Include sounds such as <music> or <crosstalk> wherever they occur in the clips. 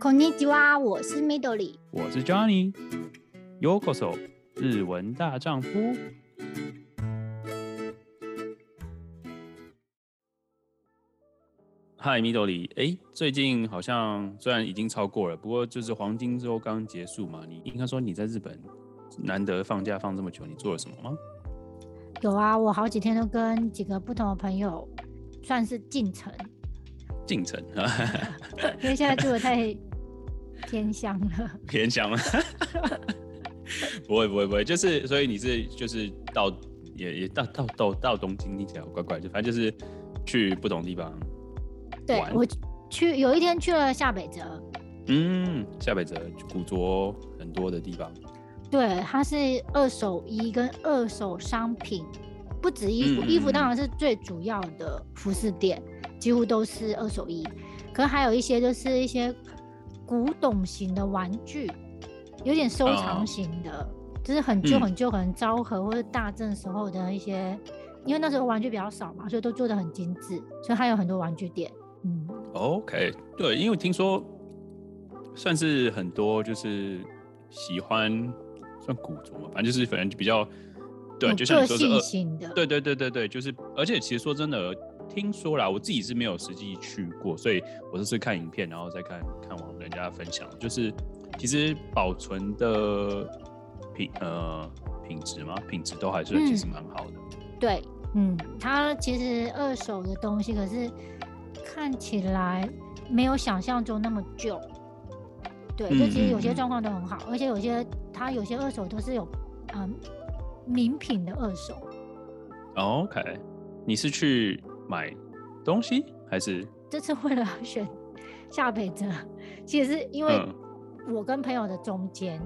こんにちは，我是 Midori。我是 Johnny。Yokoso，日文大丈夫。嗨，米豆里，哎，最近好像虽然已经超过了，不过就是黄金周刚结束嘛。你应该说你在日本难得放假放这么久，你做了什么吗？有啊，我好几天都跟几个不同的朋友算是进 <laughs> 城，进城，因为现在住的太偏乡了。偏乡吗？不会不会不会，就是所以你是就是到也也到到到到东京，听起来好怪怪，就反正就是去不同地方。对玩我去有一天去了下北泽，嗯，下北泽古着很多的地方，对，它是二手衣跟二手商品，不止衣服，嗯衣服嗯当然是最主要的服饰店，几乎都是二手衣，可还有一些就是一些古董型的玩具，有点收藏哦型的，就是很旧嗯很旧，可能昭和或者大正时候的一些，因为那时候玩具比较少嘛，所以都做的很精致，所以它有很多玩具店，嗯。 OK，对，因为我听说算是很多就是喜欢算古着嘛，反正就是反正就比较对，有就像嗯个你说是性二，型的，对对对对对，就是而且其实说真的，听说啦，我自己是没有实际去过，所以我都是看影片，然后再看看网人家分享，就是其实保存的品呃品质嘛，品质都还是嗯其实蛮好的。对，嗯，它其实二手的东西，可是看起来没有想象中那么旧。对，就其实有些嗯嗯嗯状况都很好，而且有些它有些二手都是有，嗯，名品的二手。哦 OK，你是去买东西还是？这次为了要选下北泽，其实是因为嗯我跟朋友的中间，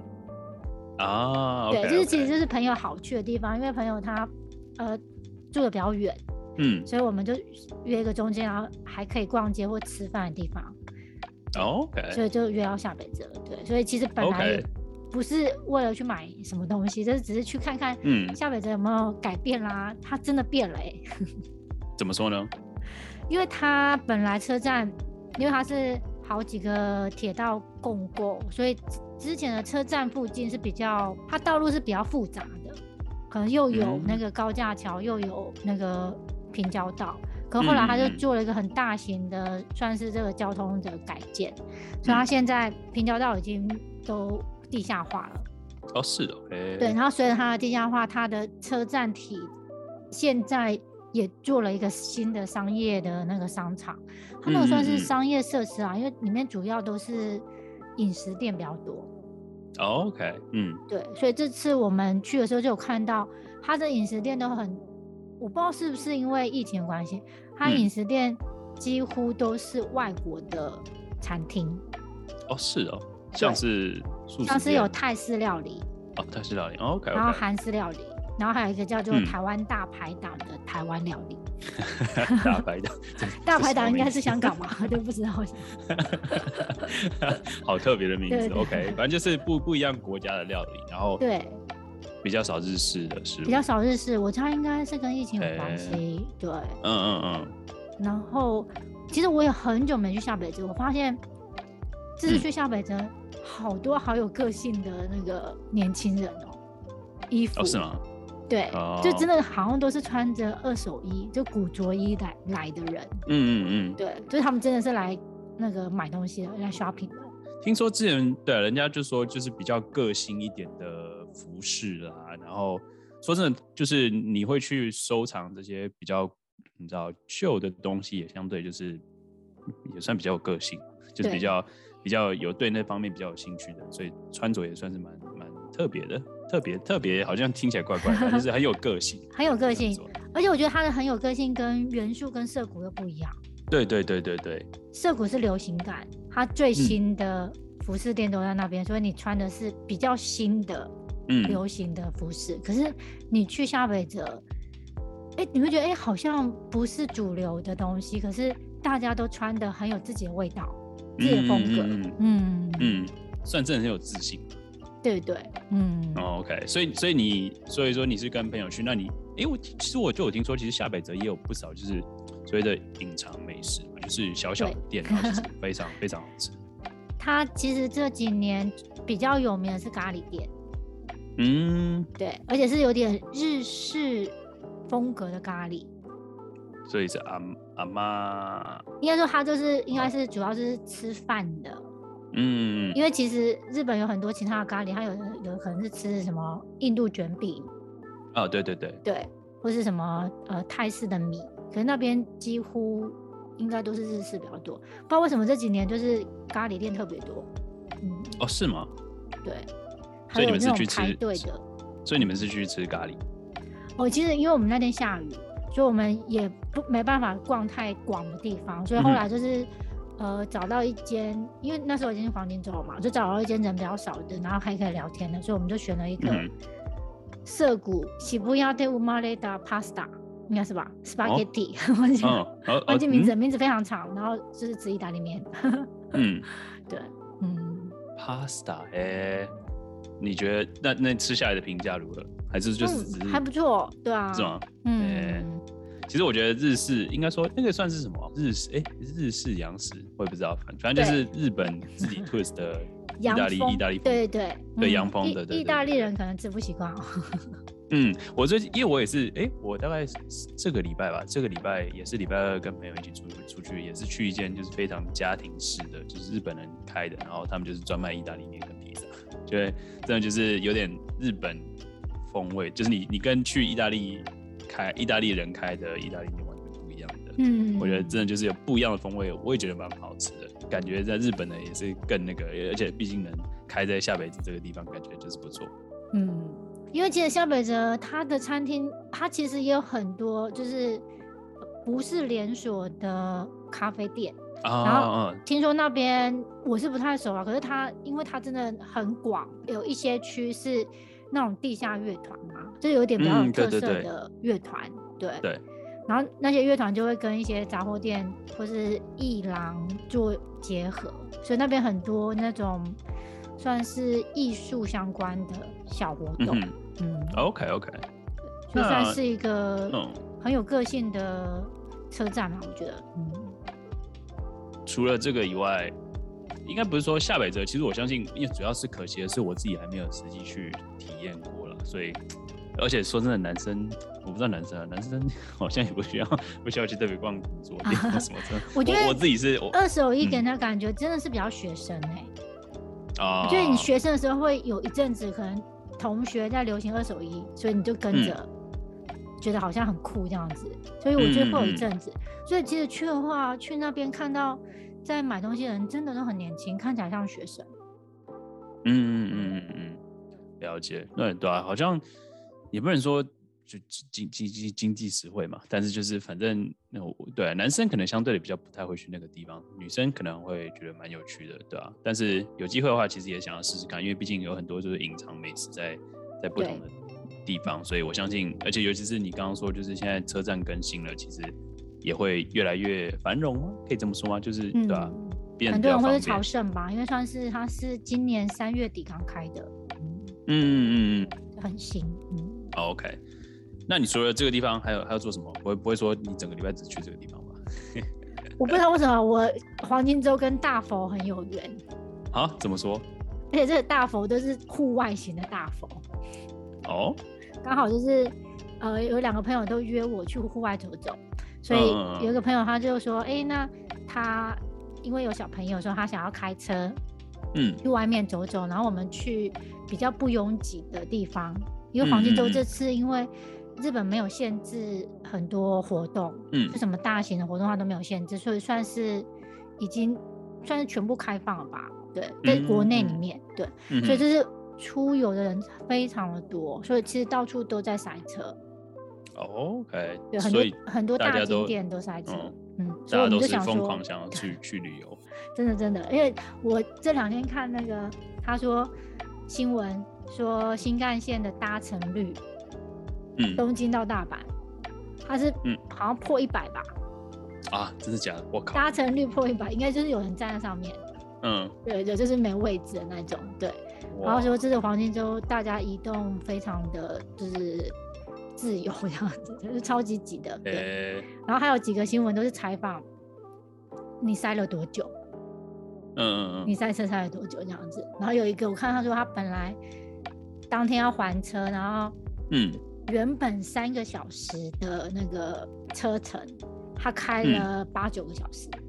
啊对 o k 就是其实就是朋友好去的地方，因为朋友他呃住的比较远，嗯，所以我们就约一个中间，然后还可以逛街或吃饭的地方。所哦 OK，以就约到下北泽。对，所以其实本来哎 OK 也不是为了去买什么东西，就是只是去看看嗯，下北泽有没有改变啦。它真的变了哎、怎么说呢？因为它本来车站，因为它是好几个铁道共构，所以之之前的车站附近是比较，它道路是比较复杂的，可能又有嗯那个高架桥，又有那个平交道。可后来它就嗯嗯嗯做了一个很大型的，算是这个交通的改建，所以它现在平交道已经都地下化了。哦，是 OK，对，，然后随着它的地下化，它的车站体现在也做了一个新的商业的那个商场，它那个算嗯嗯是嗯商业设施啊，因为里面主要都是饮食店比较多。哦，OK，嗯，对，所以这次我们去的时候就有看到它的饮食店都很，我不知道是不是因为疫情的关系，它嗯饮食店几乎都是外国的餐厅，哦，是哦，像是素食店，像是有泰式料理，哦，泰式料理，OK，然后 OK，韩式料理，然后还有一个叫做嗯台湾大排档的台湾料理。 <laughs> 大排档，这大排档应该这是什么香港吧？我就不知道。名字， <laughs> 好特别的名对字对，OK，反正就是不不一样国家的料理，然后对，比较少日式的食物，比较少日式，我猜应该是跟疫情有关哎系。对，嗯嗯嗯，然后其实我也很久没去下北泽，我发现这次嗯去下北泽，好多好有个性的那个年轻人哦，衣服哦，是？吗？对，哦就真的好像都是穿着二手衣，就古着衣来来的人。嗯嗯对，就是他们真的是来那个买东西的，来 shopping 的。嗯，听说之前对人家就说就是比较个性一点的服饰啦，然后说真的，就是你会去收藏这些比较你知道旧的东西，也相对就是 <laughs> 也算比较有个性，就是对比较比较有对那方面比较有兴趣的，所以穿着也算是蛮蛮特别的，特别特别，好像听起来怪 <laughs> 怪的，但就是很有个性，很有个性这样说而且我觉得他的很有个性，跟元素跟涩谷又不一样。对对对对对，涩谷是流行感，它最新的服饰店都在那边，所以你穿的是比较新的嗯，流行的服饰。可是你去下北泽，哎、你会觉得哎、诶好像不是主流的东西，可是大家都穿的很有自己的味道，自己的风格。嗯嗯嗯嗯嗯，算真的很有自信。对对，嗯，哦 OK，所以所以你所以说你是跟朋友去，那你诶，我其实我就有听说，其实下北泽也有不少就是所谓的隐藏美食嘛，就是小小的对 <laughs> 店，然后其实非常非常好吃。它其实这几年比较有名的是咖喱店，嗯，对，而且是有点日式风格的咖喱。所以是阿阿妈，应该说它就是应该是主要是吃饭的，嗯，因为其实日本有很多其他的咖喱，它有的有可能是吃什么印度卷饼，哦，对对对，对，或是什么呃泰式的米，可是那边几乎应该都是日式比较多，不知道为什么这几年就是咖喱店特别多，嗯，哦，是吗？对，还所以有那你们是种去排吃队的。所以你们是去吃咖喱，哦，其实因为我们那天下雨，所以我们也不没办法逛太广的地方，嗯所以后来就是、呃找到一间，因为那时候已经是黄金周了嘛，就找到一间人比较少的，然后还可以聊天的，所以我们就选了一个嗯涩谷喜不亚的乌马雷达 pasta，应该是吧？spaghetti，、忘 <laughs> 记、了，哦，哦忘哦记名字，名字非常长，然后就是指意大利面， <laughs> 嗯嗯对，嗯。 ，pasta，哎，你觉得那那吃下来的评价如何？还是就是只嗯是还不错，对啊，是吗？哎嗯，其实我觉得日式应该说那个算是什么日式？哎，日式洋食我也不知道，反反正就是日本自己 <laughs> twist 的意洋大利风意大利风对对对嗯洋风意的对意对大利对人可能吃不习惯 <laughs> 哦。嗯，我最近因为我也是，哎、我大概是这个礼拜吧，这个礼拜也是礼拜二跟朋友一起出去出去，也是去一间就是非常家庭式的，就是日本人开的，然后他们就是专卖意大利面跟披萨，就会真的就是有点日本风味，就是你你跟去意大利开意大利人开的意大利面完全不一样的，嗯，我觉得真的就是有不一样的风味，我也觉得蛮好吃的，感觉在日本呢也是更那个，而且毕竟能开在下北子这个地方，感觉就是不错，嗯，因为其实萧北泽他的餐厅，他其实也有很多就是不是连锁的咖啡店。然后啊，嗯听说那边我是不太熟啊，可是他因为他真的很广，有一些区是那种地下乐团嘛，就有点比较有嗯对特色对对的乐团，对对然后那些乐团就会跟一些杂货店或是艺廊做结合，所以那边很多那种算是艺术相关的小活嗯动，哼。嗯， OK OK，就算那是一个嗯，很有个性的车站嘛，我觉得，嗯，除了这个以外，应该不是说下北泽，其实我相信，因为主要是可惜的是我自己还没有实际去体验过了，所以。而且说真的，男生我不知道男生啊，男生 <laughs> 好像也不需要不需要去特别逛古着店或什么的。啊我觉得呃我自己是我二手一嗯给人的感觉真的是比较学生哎、啊，我觉得你学生的时候会有一阵子，可能同学在流行二手衣，所以你就跟嗯着，觉得好像很酷这样子。所以我觉得会有一阵嗯子。所以其实去的话，去那边看到在买东西的人真的都很年轻，看起来像学生。嗯嗯嗯嗯嗯，了解。那对啊，好像也不能说就经经经经济实惠嘛，但是就是反正那我对啊、男生可能相对的比较不太会去那个地方，女生可能会觉得蛮有趣的，对啊。但是有机会的话，其实也想要试试看，因为毕竟有很多就是隐藏美食在在不同的地方，所以我相信，而且尤其是你刚刚说，就是现在车站更新了，其实也会越来越繁荣吗？可以这么说吗？就是、嗯，对啊，变得很多比较人方会便。去朝圣吧，因为算是它是今年三月底刚开的，嗯嗯嗯嗯。就很新。嗯，哦 OK，那你除了这个地方，还有还要做什么？不会不会说你整个礼拜只去这个地方吧？我不知道为什么我黄金周跟大佛很有缘，啊？怎么说？而且这个大佛都是户外型的大佛。哦，刚好就是呃有两个朋友都约我去户外走走，所以嗯嗯嗯有一个朋友他就说，哎、那他因为有小朋友说他想要开车嗯去外面走走，然后我们去比较不拥挤的地方，因为黄金周嗯嗯嗯这次因为日本没有限制很多活动，嗯就什么大型的活动它都没有限制，所以算是已经算是全部开放了吧。对，在国内里嗯嗯面，对，嗯哼，所以就是出游的人非常的多，所以其实到处都在塞车，哦 OK，对，很所多以很多大大家景都点都塞车，嗯嗯，所以大我家们都就是想疯说狂，想要 <laughs> 去去旅游。真的真的，因为我这两天看那个他说新闻说新干线的搭乘率，嗯东京到大阪，它是嗯好像破一百吧，啊，真的假的？我靠，搭乘率破一百，应该就是有人站在上面，嗯，对对，就是没位置的那种，对。然后哇说这次黄金周大家移动非常的就是自由这样子， <laughs> 就是超级挤的。对。诶，然后还有几个新闻都是采访你塞了多久，嗯你嗯塞车塞了多久这样子。然后有一个我看他说他本来当天要还车，然后嗯原本三个小时的那个车程，他开嗯了八九个小时，嗯，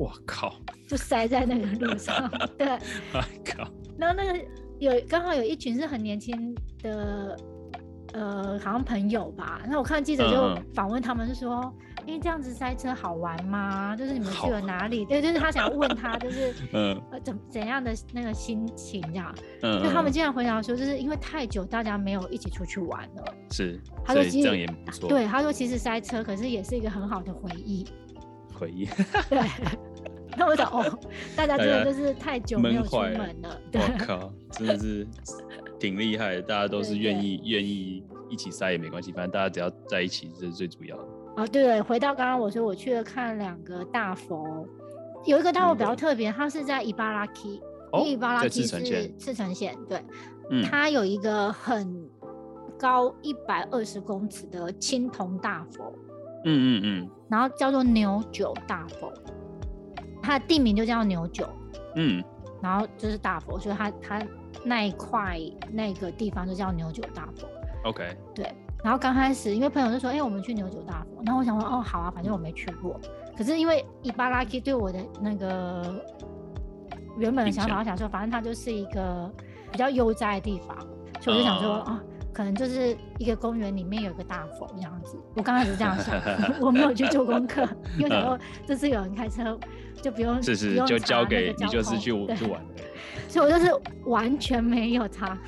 我靠，就塞在那个路上。 <laughs> 对，我靠，然后那个有刚好有一群是很年轻的，呃，好像朋友吧。那我看记者嗯就嗯访问他们，就说：“因为这样子塞车好玩吗？就是你们去好了哪里？”对，就是他想问他， <laughs> 就是嗯呃怎怎样的那个心情这样。嗯，就他们嗯竟然回答说，就是因为太久大家没有一起出去玩了。是，他所就以基这于样也不错，对，，他说其实塞车，可是也是一个很好的回忆。 <laughs> 回忆，对，那我想哦，大家真的大家就是太久没有闷哦出坏了门了， <laughs> 对我靠，真的是挺厉害的，大家都是对愿对意愿意一起塞也没关系，反正大家只要在一起这是最主要的。哦，对了，回到刚刚我说我去了看两个大佛，有一个大佛比较嗯特别，它是在伊巴拉基，因为伊巴哦，拉在基赤城是县，赤城县，对，嗯它有一个很高一百二十公尺的青铜大佛，嗯嗯嗯然后叫做牛九大佛，它的地名就叫牛九，嗯，然后就是大佛，所以它它那一块那个地方就叫牛九大佛。 OK，对，然后刚开始因为朋友就说，哎、我们去牛九大佛，然后我想说，哦，好啊，反正我没去过。可是因为伊巴拉基对我的那个原本的印想法，象我想说，反正它就是一个比较悠哉的地方，所以我就想说，哦哦，可能就是一个公园里面有一个大佛这样子。我刚开始是这样想， <laughs> 我没有去做功 <laughs> 课，因为想说这次有人开车，就不用嗯嗯是不是用就查交那个给你，交就是通去对去玩的。所以我就是完全没有查，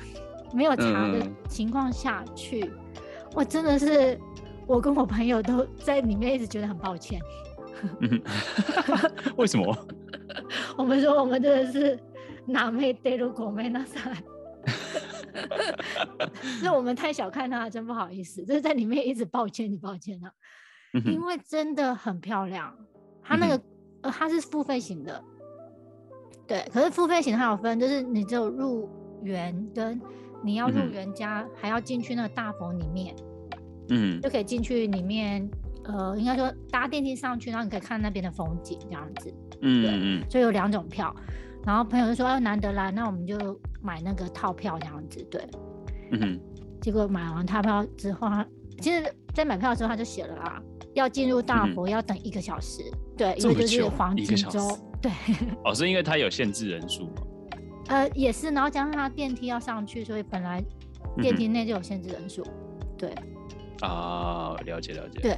没有查的嗯情况下去，我真的是，我跟我朋友都在里面一直觉得很抱歉。嗯， <laughs> 为什么？我们说我们真的是哪妹带入国妹那 <laughs> 啥， <laughs> 是我们太小看她，真不好意思，就是在里面一直抱歉，你抱歉啊，嗯因哼为真的很漂亮，它那个、嗯呃它是付费型的，对，可是付费型它有分，就是你只有入园跟你要入嗯哼园加、还要进去那个大佛里面，嗯就可以进去里面，呃，应该说搭电梯上去，然后你可以看那边的风景这样子。嗯嗯所以有两种票。然后朋友就说：“啊，难得来，那我们就买那个套票这样子。”对，嗯哼结果买完套票之后，他其实在买票的时候他就写了啦，要进入大佛要等一个小时。对，因嗯这为么就是久黄一金个小周时。对，哦，是因为它有限制人数嘛？呃，也是。然后加上他电梯要上去，所以本来电梯嗯内就有限制人数。对，哼啊，了解了解。对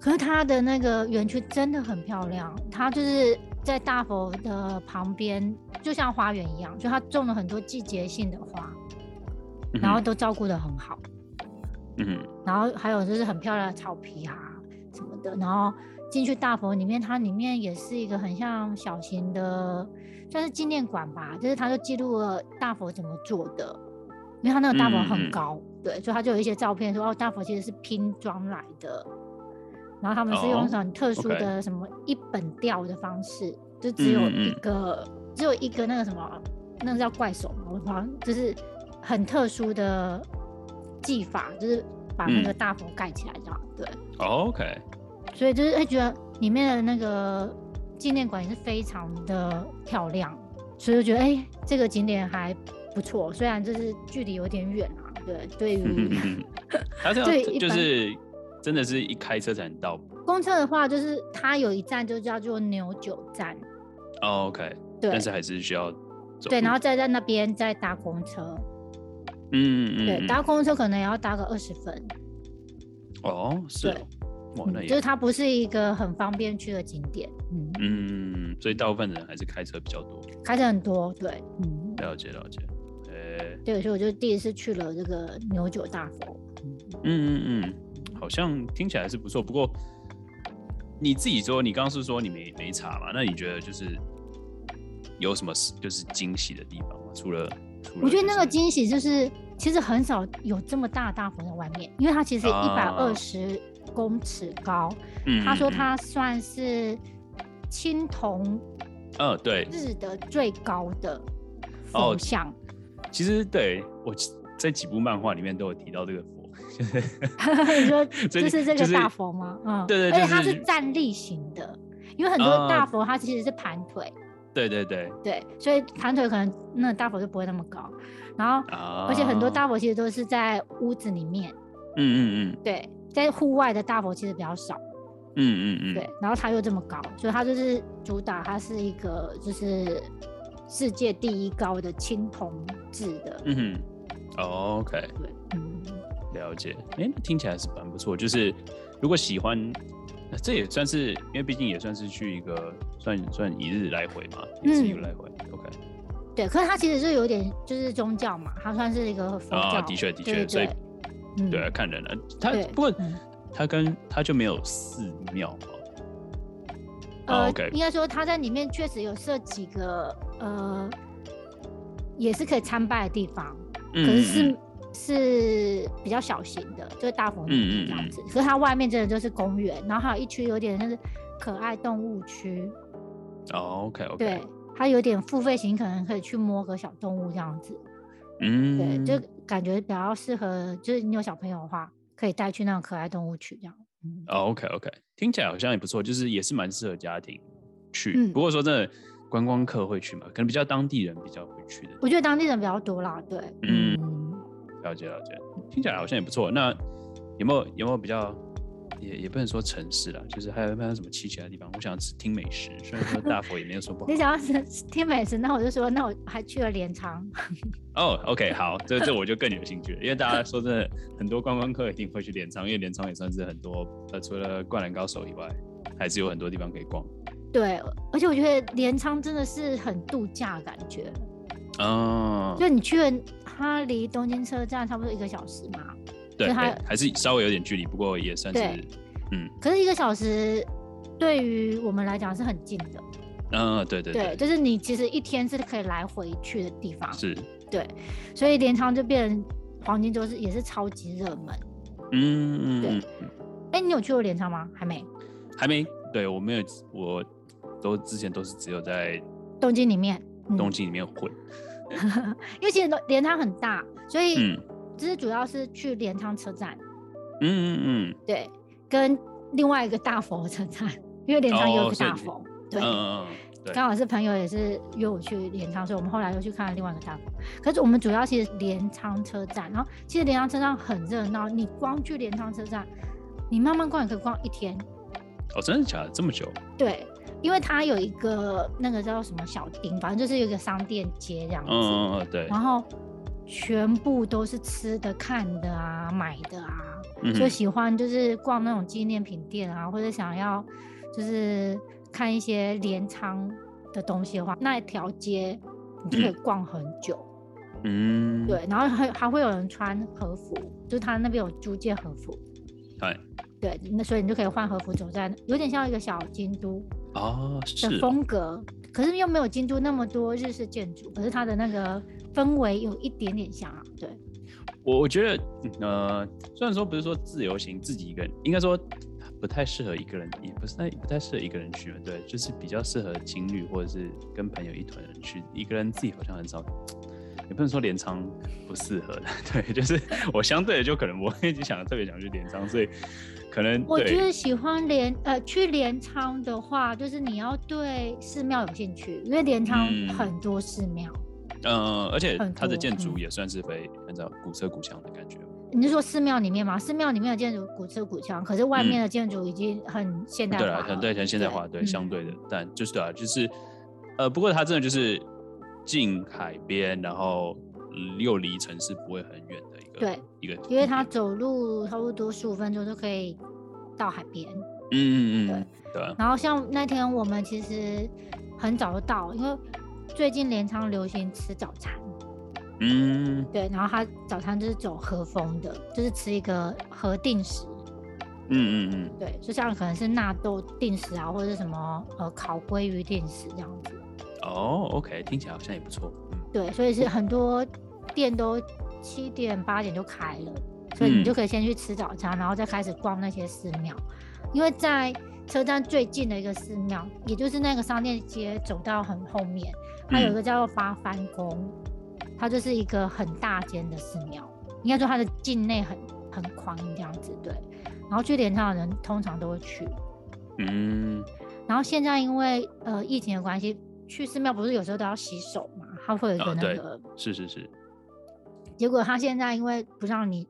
可是它的那个园区真的很漂亮，它就是在大佛的旁边，就像花园一样，就它种了很多季节性的花，嗯哼，然后都照顾得很好。嗯哼然后还有就是很漂亮的草皮啊什么的，然后进去大佛里面，它里面也是一个很像小型的，算是纪念馆吧，就是它就记录了大佛怎么做的，因为它那个大佛嗯嗯很嗯高，对，所以它就有一些照片说哦，大佛其实是拼装来的，然后他们是哦用很特殊 OK 的什么一本调的方式，就只有嗯嗯一嗯个只有一个那个什么，那个叫怪手嘛，我好像就是很特殊的技法，就是把那个嗯大佛盖起来这样。对，哦，OK，所以就是会觉得里面的那个纪念馆也是非常的漂亮，所以就觉得哎、这个景点还不错，虽然就是距离有点远啊。对，对嗯哼于嗯 <laughs> 哼，它这对样一就般是真的是一开车才能到。公车的话，就是它有一站就叫做牛九站，哦 OK，对但是还是需要走对，路然后再在那边再搭公车，嗯嗯嗯，对，嗯搭公车可能也要搭个二十分，哦是对哦，哇那嗯就是也它不是一个很方便去的景点，嗯，嗯，所以大部分人还是开车比较多。开车很多，对，嗯，了解了解，诶，对，所以我就第一次去了这个牛九大佛，嗯嗯嗯，好像听起来是不错。不过你自己说，你刚刚是说你没没查嘛？那你觉得就是有什么是就是惊喜的地方吗？除了除了、我觉得那个惊惊喜就是其实很少有这么大的大佛在外面，因为它其实一百啊二十公尺高，嗯他说他算是青铜嗯对，制的最高的哦佛像， <laughs> 其实对我在几部漫画里面都有提到这个佛，你 <laughs> 说所以就你是这就个是大佛吗？嗯，对对而且就它是是站立型的，因为很多啊大佛它其实是盘腿，对对对对，所以盘腿可能那大佛就不会那么高。然后，啊，而且很多大佛其实都是在屋子里面，嗯嗯嗯对，在户外的大佛其实比较少。嗯嗯嗯，对，然后它又这么高，所以它就是主打它是一个就是世界第一高的青铜制的，嗯哼哦，OK，对，嗯，了解。哎、听起来是蛮不错。就是如果喜欢，呃这也算是，因为毕竟也算是去一个算算一日来回嘛，一日游嗯来回。OK，对。可是它其实是有点就是宗教嘛，它算是一个佛啊教，的确的对确对所以对嗯，对啊，看人了。他对不过嗯他跟他就没有寺庙嘛。啊呃 OK，应该说它在里面确实有设几个呃，也是可以参拜的地方，嗯可是嗯是是比较小型的，就是大佛嗯嗯地这嗯样子。可是它外面真的就是公园，然后还有一区有点像是可爱动物区，哦，OK OK，对，它有点付费型，可能可以去摸个小动物这样子，对，嗯，就感觉比较适合，就是你有小朋友的话，可以带去那种可爱动物区这样。嗯，哦，OK OK，听起来好像也不错，就是也是蛮适合家庭去。嗯不过说真的，观光客会去嘛，可能比较当地人比较会去的。我觉得当地人比较多啦，对，嗯嗯了解了解，听起来好像也不错。那有没有有没有比较？也也不能说城市啦，就是还有没有什么奇奇的地方？我想吃听美食，虽然说大佛也没有说不好你。想要吃听美食，那我就说，那我还去了镰仓，哦、o k 好，这这我就更有兴趣了，因为大家说真的，很多观光客一定会去镰仓，因为镰仓也算是很多呃，除了灌篮高手以外，还是有很多地方可以逛。对，而且我觉得镰仓真的是很度假的感觉，哦，就你去了，它离东京车站差不多一个小时嘛，对，就它对还是稍微有点距离，不过也算是对，嗯可是一个小时对于我们来讲是很近的，嗯、呃对对对，就是你其实一天是可以来回去的地方，是，所以镰仓就变成黄金周是也是超级热门。嗯嗯对嗯，嗯哎，你有去过镰仓吗？还没，还没，对我没有，我都之前都是只有在东京里面，嗯东京里面混，因为其实都镰仓很大，所以嗯就是主要是去镰仓车站，嗯嗯对，跟另外一个大佛车站，因为镰仓也有哦一个所以大你佛，嗯对。嗯嗯，对，刚好是朋友也是约我去镰仓，所以我们后来又去看了另外一个大佛。可是我们主要其实镰仓车站，然后其实镰仓车站很热闹，你光去镰仓车站，你慢慢逛也可以逛一天。哦，真的假的？这么久？对，因为它有一个那个叫什么小町，反正就是有一个商店街这样嗯子，嗯嗯，对，然后全部都是吃的、看的啊、买的啊。嗯就哼喜欢就是逛那种纪念品店啊，或者想要就是看一些镰仓的东西的话，那一条街你就可以逛很久。嗯，对，然后还还会有人穿和服，就是他那边有租借和服。哎。对，那所以你就可以换和服走在，有点像一个小京都哦，的是哦风格，可是又没有京都那么多日式建筑，可是它的那个氛围有一点点像啊。对，我我觉得，嗯呃，虽然说不是说自由行自己一个人，应该说不太适合一个人，也不是太不太适合一个人去嘛，对，就是比较适合情侣或者是跟朋友一团人去，一个人自己好像很少，也不能说镰仓不适合的，对，就是 <laughs> 我相对的就可能我一直想特别想去镰仓，所以可能我觉对，得喜欢镰呃去镰仓的话，就是你要对寺庙有兴趣，因为镰仓嗯很多寺庙。呃，而且很它的多建筑嗯也算是非按照古色古香的感觉，你是说寺庙里面吗？寺庙里面的建筑古色古香，可是外面的建筑已经很现代化嗯对了。了，很对，很现代化，对，相对的嗯，但就是对啊，就是呃，不过它真的就是近海边，然后嗯又离城市不会很远的一个，对，一个地点，因为它走路差不多十五分钟就可以到海边。嗯嗯嗯，对啊，然后像那天我们其实很早就到，因为最近镰仓流行吃早餐。嗯对，然后它早餐就是走和风的，就是吃一个和定食。嗯嗯嗯，对，就像可能是纳豆定时啊，或者是什么呃烤鲑鱼定时这样子。哦，OK，听起来好像也不错，嗯对，所以是很多店都七点八点就开了，所以你嗯就可以先去吃早餐，然后再开始逛那些寺庙。因为在车站最近的一个寺庙，也就是那个商店街走到很后面，它有一个叫做八幡宫，它就是一个很大间的寺庙，应该说它的境内很很宽这样子。对，然后去镰仓的人通常都会去。嗯然后现在因为呃疫情的关系，去寺庙不是有时候都要洗手嘛，它会有一啊个那对个。是是是，结果他现在因为不让你，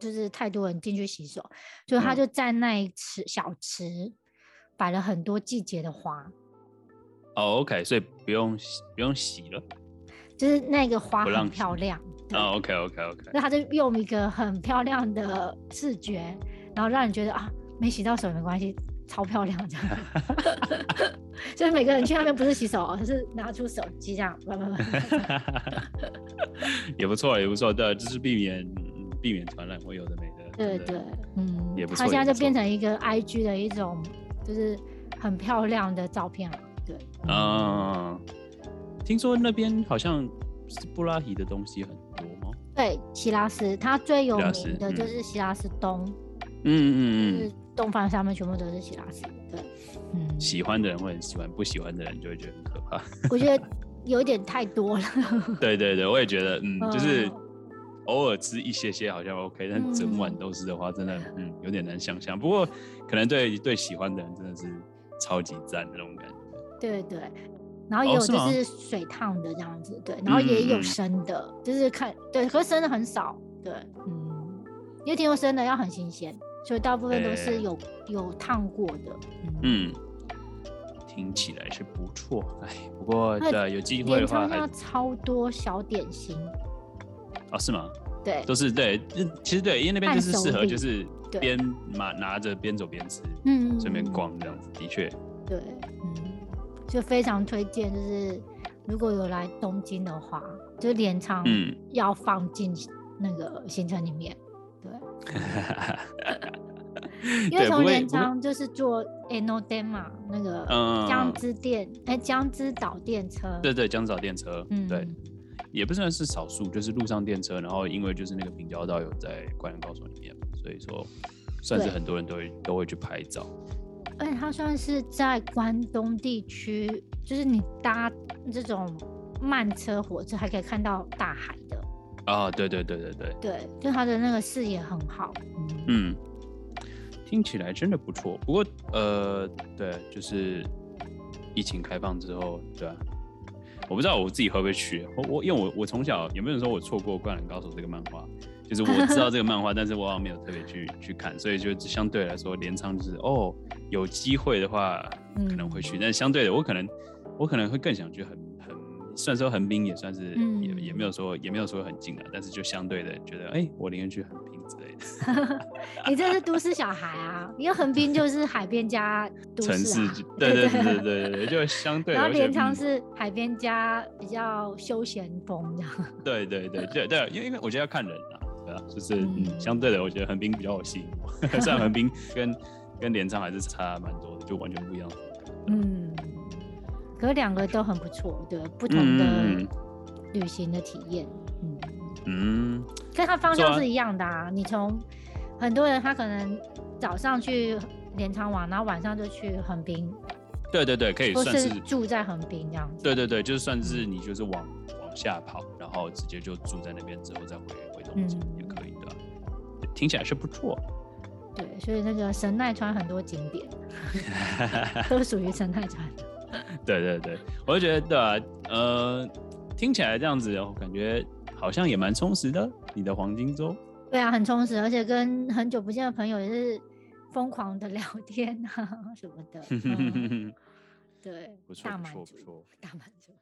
就是太多人进去洗手，所以他嗯就在那一池小池摆了很多季节的花，哦，OK，所以不用洗不用洗了。就是那个花不让很洗漂亮。对哦，OK OK OK，那他就用一个很漂亮的视觉，然后让你觉得啊，没洗到手没关系，超漂亮这样。 <laughs> <laughs> 所以每个人去那边不是洗手哦，是拿出手机这样，不不不， <laughs> 也不错，也不错，对，啊就是避免嗯避免传染会有的没的。对真对的，嗯也不，他现错在也不就变错成一个 IG 的一种，就是很漂亮的照片了。对，嗯，啊、听说那边好像是布拉提的东西很多吗？对，希拉斯，它最有希拉斯名的就嗯是希拉斯东，嗯就嗯是东方上面全部都是希拉斯。对，嗯嗯，，喜欢的人会很喜欢，不喜欢的人就会觉得很可怕。 <laughs> 我觉得有点太多了。 <laughs> 对对对，我也觉得，嗯，就是嗯偶尔吃一些些好像 OK，但整碗嗯都是的话，真的，嗯，有点难想象。不过可能对对喜欢的人真的是超级赞的那种感觉。对对，然后也哦有是就吗是水烫的这样子，对，然后也嗯嗯有嗯生的，就是看对，可是生的很少，对，嗯，因为听说生的要很新鲜，所以大部分都哎是有、有烫过的，嗯，嗯，听起来是不错。哎，不过那对啊，有机会镰的话仓还要超多小点心，哦是吗？对，都是对，就其实对，因为那边就是适伴手合礼就是对边拿拿着边走边吃，嗯，顺便嗯，逛这样子，的确，嗯对，嗯，就非常推荐，就是如果有来东京的话，就是镰仓嗯，要放进那个行程里面，对。 <laughs> 因为对，不从会镰不会仓就是坐 Eno d e m a 那个嗯江之电，哎、江之岛电车，对对，江早电车，嗯，对，也不算是少数，就是路上电车，然后因为就是那个平交道有在灌篮高手里面，所以说算是对很多人都会都会去拍照。而且它算是在关东地区，就是你搭这种慢车火车还可以看到大海的，啊，对对对对对，对，就它的那个视野很好，嗯，嗯，听起来真的不错。不过呃，对，就是疫情开放之后，对啊，我不知道我自己会不会去。我我因为我我从小有没有人说我错过《灌篮高手》这个漫画？就是我知道这个漫画， <laughs> 但是我好像没有特别去去看，所以就相对来说，镰仓就是哦，有机会的话可能会去，嗯但相对的，我可能我可能会更想去很很，虽然说横滨也算是、也也没有说也没有说很近啊，但是就相对的觉得，哎、我宁愿去横滨之类的。你这是都市小孩啊，因为横滨就是海边加都城市市啊就，对对 <laughs> 对对。对对对，就相对的然后我觉得镰仓嗯是海边加比较休闲风这样，对对对对对，因为因为我觉得要看人啊，对啊，就是嗯嗯相对的，我觉得横滨比较有吸引我， <laughs> 虽然横滨跟跟镰仓还是差蛮多的，就完全不一样的风格。嗯，可两个都很不错，对，不同嗯嗯的旅行的体验，嗯，嗯跟它方是啊向是一样的啊。你从很多人他可能早上去镰仓玩，然后晚上就去横滨，对对对，可以或算是是住在横滨这样子。对对对，就算是你就是往往下跑，然后直接就住在那边之后再回回东京嗯也可以的、对啊听起来是不错。对，所以那个神奈川很多景 <laughs> 点都属于神奈川。对对对，我就觉得对啊，呃，听起来这样子，我哦感觉好像也蛮充实的，你的黄金周。对啊，很充实，而且跟很久不见的朋友也是疯狂的聊 <laughs> 天啊什么的。嗯对，不错大不满错不足，错，大满足。